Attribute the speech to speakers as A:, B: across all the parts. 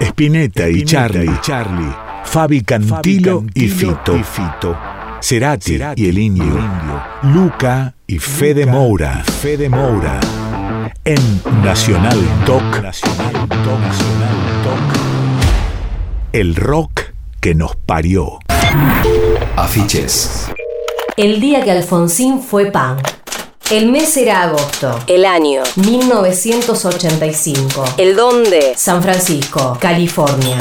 A: Spinetta, y Charlie,
B: Charlie,
A: Fabi Cantilo, y Fito,
B: y Fito,
A: Cerati,
B: Cerati
A: y el Indio,
B: y el Indio,
A: Luca y Fede
B: Luca
A: Moura, Fede Moura, en Nacional Doc,
B: Nacional Doc, Nacional Doc.
A: el rock que nos parió.
C: Afiches.
D: El día que Alfonsín fue pan. El mes era agosto.
E: El año.
D: 1985.
E: El dónde.
D: San Francisco, California.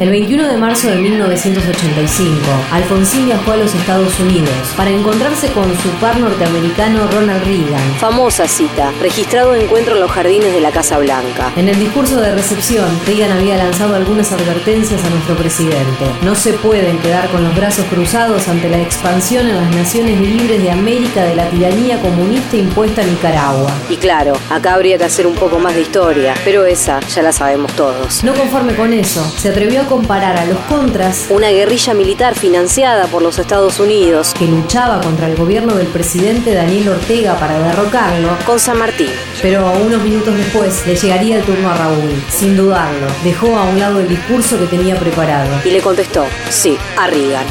D: El 21 de marzo de 1985, Alfonsín viajó a los Estados Unidos para encontrarse con su par norteamericano Ronald Reagan.
E: Famosa cita. Registrado encuentro en los jardines de la Casa Blanca.
D: En el discurso de recepción, Reagan había lanzado algunas advertencias a nuestro presidente. No se pueden quedar con los brazos cruzados ante la expansión en las naciones libres de América de la tiranía comunista impuesta a Nicaragua.
E: Y claro, acá habría que hacer un poco más de historia, pero esa ya la sabemos todos.
D: No conforme con eso, se atrevió a comparar a los contras
E: Una guerrilla militar financiada por los Estados Unidos
D: que luchaba contra el gobierno del presidente Daniel Ortega para derrocarlo,
E: con San Martín.
D: pero unos minutos después le llegaría el turno a Raúl. Sin dudarlo, dejó a un lado el discurso que tenía preparado.
E: Y le contestó, sí, a Reagan.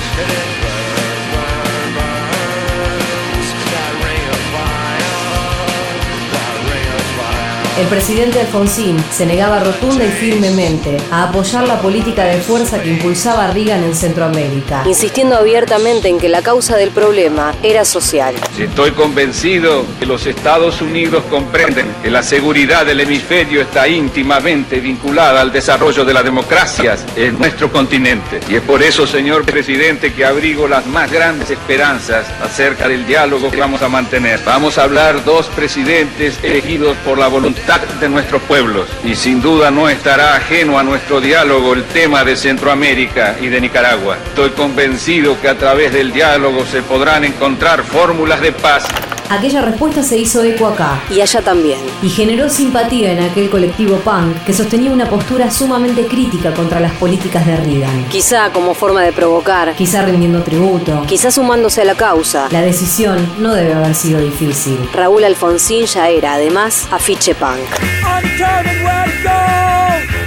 D: El presidente Alfonsín se negaba rotunda y firmemente a apoyar la política de fuerza que impulsaba Reagan en Centroamérica.
E: Insistiendo abiertamente en que la causa del problema era social.
F: Estoy convencido que los Estados Unidos comprenden que la seguridad del hemisferio está íntimamente vinculada al desarrollo de las democracias en nuestro continente. Y es por eso, señor presidente, que abrigo las más grandes esperanzas acerca del diálogo que vamos a mantener. Vamos a hablar dos presidentes elegidos por la voluntad de nuestros pueblos. Y sin duda no estará ajeno a nuestro diálogo el tema de Centroamérica y de Nicaragua. Estoy convencido que a través del diálogo se podrán encontrar fórmulas de paz
D: Aquella respuesta se hizo eco acá
E: Y allá también.
D: y generó simpatía en aquel colectivo punk que sostenía una postura sumamente crítica contra las políticas de Reagan.
E: Quizá como forma de provocar,
D: Quizá rindiendo tributo.
E: quizá sumándose a la causa.
D: La decisión no debe haber sido difícil.
E: Raúl Alfonsín ya era, además, afiche punk.
G: I'm determined where to go.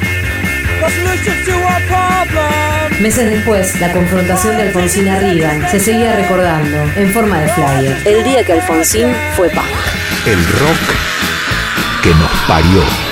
G: The solution to our problem.
D: Meses después, la confrontación de Alfonsín a Reagan se seguía recordando en forma de flyer.
E: El día que Alfonsín fue punk.
A: El rock que nos parió.